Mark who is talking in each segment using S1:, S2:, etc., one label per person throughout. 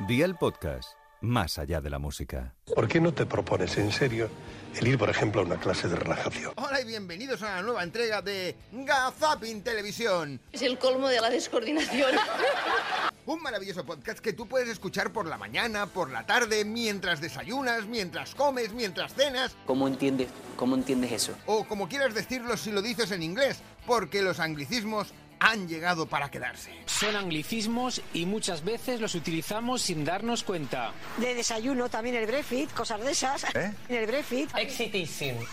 S1: Día el podcast, más allá de la música.
S2: ¿Por qué no te propones en serio el ir, por ejemplo, a una clase de relajación?
S3: Hola y bienvenidos a la nueva entrega de Gazapin Televisión,
S4: Es el colmo de la descoordinación.
S3: un maravilloso podcast que tú puedes escuchar por la mañana, por la tarde, mientras desayunas, mientras comes, mientras cenas
S5: ¿Cómo entiendes, cómo entiendes eso?
S3: o como quieras decirlo si lo dices en inglés, porque los anglicismos han llegado para quedarse.
S6: Son anglicismos y muchas veces los utilizamos sin darnos cuenta.
S7: de desayuno, también el Brexit, cosas de esas. En el Brexit.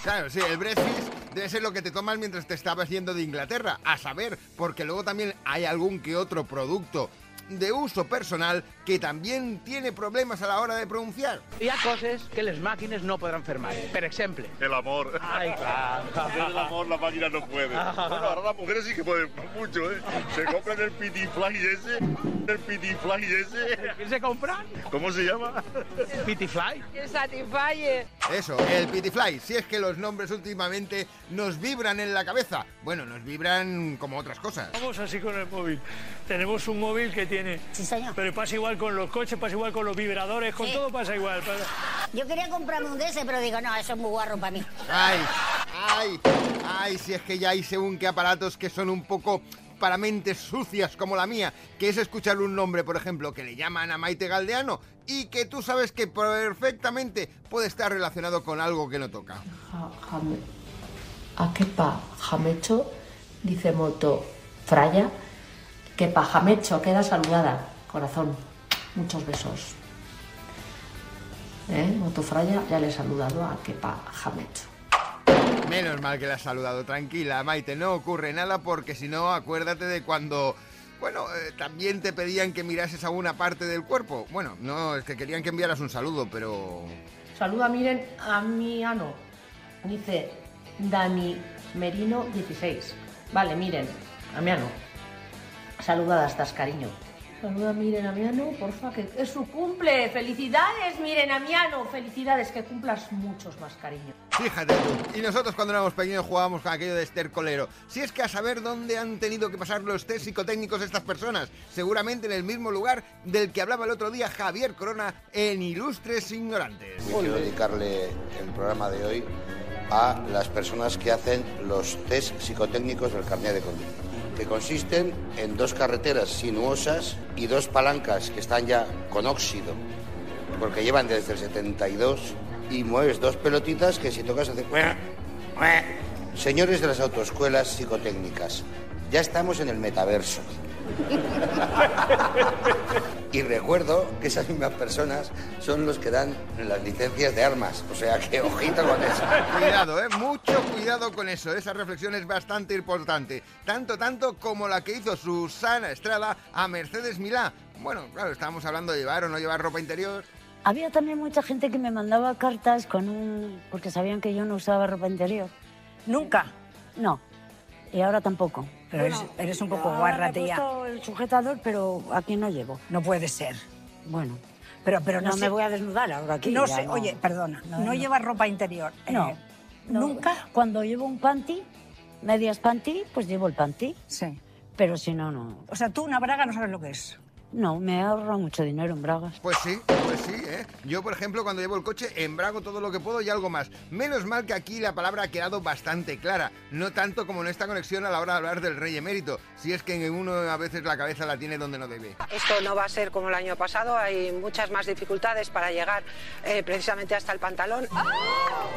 S3: Claro, sí, el breakfast debe ser lo que te tomas mientras te estabas yendo de Inglaterra, a saber, porque luego también hay algún que otro producto de uso personal que también tiene problemas a la hora de pronunciar.
S8: Hi ha coses que les màquines no podran fer mai. Per exemple...
S9: El amor.
S8: Ai, clar.
S9: Hacer el amor la máquina no puede. Bueno, ahora las mujeres sí que pueden mucho, ¿eh? Se compran el pity fly ese, el pity fly ese.
S8: Què se compran?
S9: ¿Cómo se llama?
S8: Pitifly.
S3: Eso, el Pitifly. Si es que los nombres últimamente nos vibran en la cabeza. Bueno, nos vibran como otras cosas.
S10: Vamos así con el móvil. Tenemos un móvil que tiene.
S7: Sí, señor.
S10: Pero pasa igual con los coches, pasa igual con los vibradores, con
S7: Sí.
S10: todo pasa igual. pasa-
S7: Yo quería comprarme un de ese, pero digo, no, eso es muy guarro para mí.
S3: Ay, ay, ay, si es que ya hay según qué aparatos que son un poco para mentes sucias como la mía, que es escuchar un nombre, por ejemplo, que le llaman a Maite Galdeano y que tú sabes que perfectamente puede estar relacionado con algo que no toca.
S11: a kepa jamecho, dice Moto Fraya, kepa jamecho, queda saludada, corazón, muchos besos. ¿Eh? Moto Fraya ya le he saludado a kepa jamecho.
S3: Menos mal que la has saludado, tranquila, Maite, no ocurre nada porque si no, acuérdate de cuando... Bueno, eh, también te pedían que mirases a una parte del cuerpo. Bueno, no, es que querían que enviaras un saludo, pero...
S11: Saluda, miren, a mi ano, dice Dani Merino 16. Vale, miren, a mi ah, ano. Saluda, estás cariño. Saluda, miren, a mi ano, porfa, que es su cumple. Felicidades, miren, a mi ano. Felicidades, que cumplas muchos más, cariño.
S3: Fíjate tú. Y nosotros cuando éramos pequeños jugábamos con aquello de estercolero. Si es que a saber dónde han tenido que pasar los test psicotécnicos estas personas. Seguramente en el mismo lugar del que hablaba el otro día Javier Corona en Ilustres Ignorantes.
S12: Quiero dedicarle el programa de hoy a las personas que hacen los test psicotécnicos del carnet de conducir, que consisten en dos carreteras sinuosas y dos palancas que están ya con óxido, porque llevan desde el 72 y mueves dos pelotitas que si tocas hace... cuac, cuac. Señores de las autoescuelas psicotécnicas, ya estamos en el metaverso. Y recuerdo que esas mismas personas son los que dan las licencias de armas. O sea que ojito con eso.
S3: Cuidado, eh, mucho cuidado con eso. Esa reflexión es bastante importante. Tanto, tanto como la que hizo Susana Estrada a Mercedes Milá. Bueno, claro, estábamos hablando de llevar o no llevar ropa interior.
S7: Había también mucha gente que me mandaba cartas con un. porque sabían que yo no usaba ropa interior. ¿Nunca? No. Y ahora tampoco. Pero eres, un poco guarra, tía. el sujetador, pero aquí no llevo. No puede ser. Bueno. Pero, pero no, me voy a desnudar ahora aquí. No sé, oye, perdona, no, llevas ropa interior. No. ¿Nunca? Cuando llevo un panty, medias panty, pues llevo el panty. Sí. Pero si no, no. O sea, tú una braga no sabes lo que es. No, me ahorro mucho dinero en bragas.
S3: Pues sí, pues sí, ¿eh? Yo, por ejemplo, cuando llevo el coche, embrago todo lo que puedo y algo más. Menos mal que aquí la palabra ha quedado bastante clara. No tanto como en esta conexión a la hora de hablar del rey emérito. Si es que uno a veces la cabeza la tiene donde no debe.
S4: Esto no va a ser como el año pasado. Hay muchas más dificultades para llegar eh, precisamente hasta el pantalón.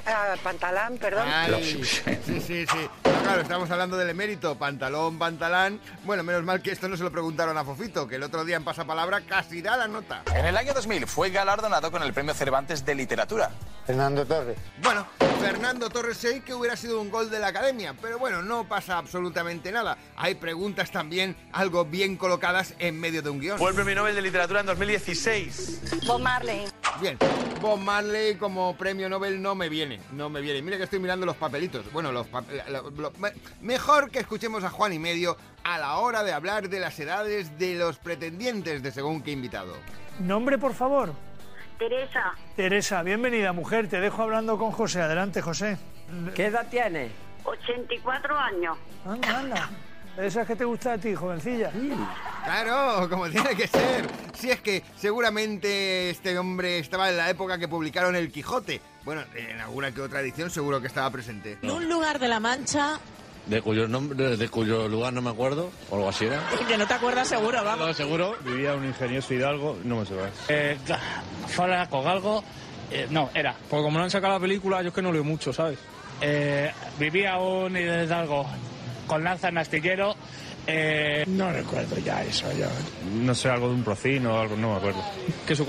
S4: Ah, pantalán, perdón.
S3: Ay, sí, sí, sí. No, claro, estamos hablando del emérito. Pantalón, pantalán. Bueno, menos mal que esto no se lo preguntaron a Fofito, que el otro día en Pasapalabra casi da la nota.
S6: En el año 2000 fue galardonado con el Premio Cervantes de Literatura.
S12: Fernando Torres.
S3: Bueno, Fernando Torres sé que hubiera sido un gol de la academia, pero bueno, no pasa absolutamente nada. Hay preguntas también algo bien colocadas en medio de un guión.
S9: el premio Nobel de Literatura en 2016.
S4: Bob Marley.
S3: Bien, Bob Marley como premio Nobel no me viene, no me viene. Mira que estoy mirando los papelitos. Bueno, los pap- eh, lo- lo- me- mejor que escuchemos a Juan y medio a la hora de hablar de las edades de los pretendientes de según qué invitado.
S10: Nombre, por favor.
S7: Teresa,
S10: Teresa, bienvenida, mujer. Te dejo hablando con José. Adelante, José.
S8: Què edat tiene?
S7: 84 años.
S10: Anda, anda. De esas que te gusta a ti, jovencilla.
S3: Claro, como tiene que ser. Si es que seguramente este hombre estaba en la época que publicaron El Quijote. Bueno, en alguna que otra edición seguro que estaba presente.
S7: En un lugar de la Mancha,
S13: De cuyo, nombre, de cuyo lugar no me acuerdo, o algo así era.
S7: que no te acuerdas seguro, vamos.
S13: seguro.
S9: Vivía un ingenioso hidalgo, no me va.
S10: Eh, Fala Cogalgo, eh, no, era. Porque como no han sacado la película, yo es que no leo mucho, ¿sabes? Eh, vivía un hidalgo con lanza en astillero. eh,
S9: No recuerdo ya eso, yo. No sé, algo de un procino, algo, no me acuerdo.
S10: que su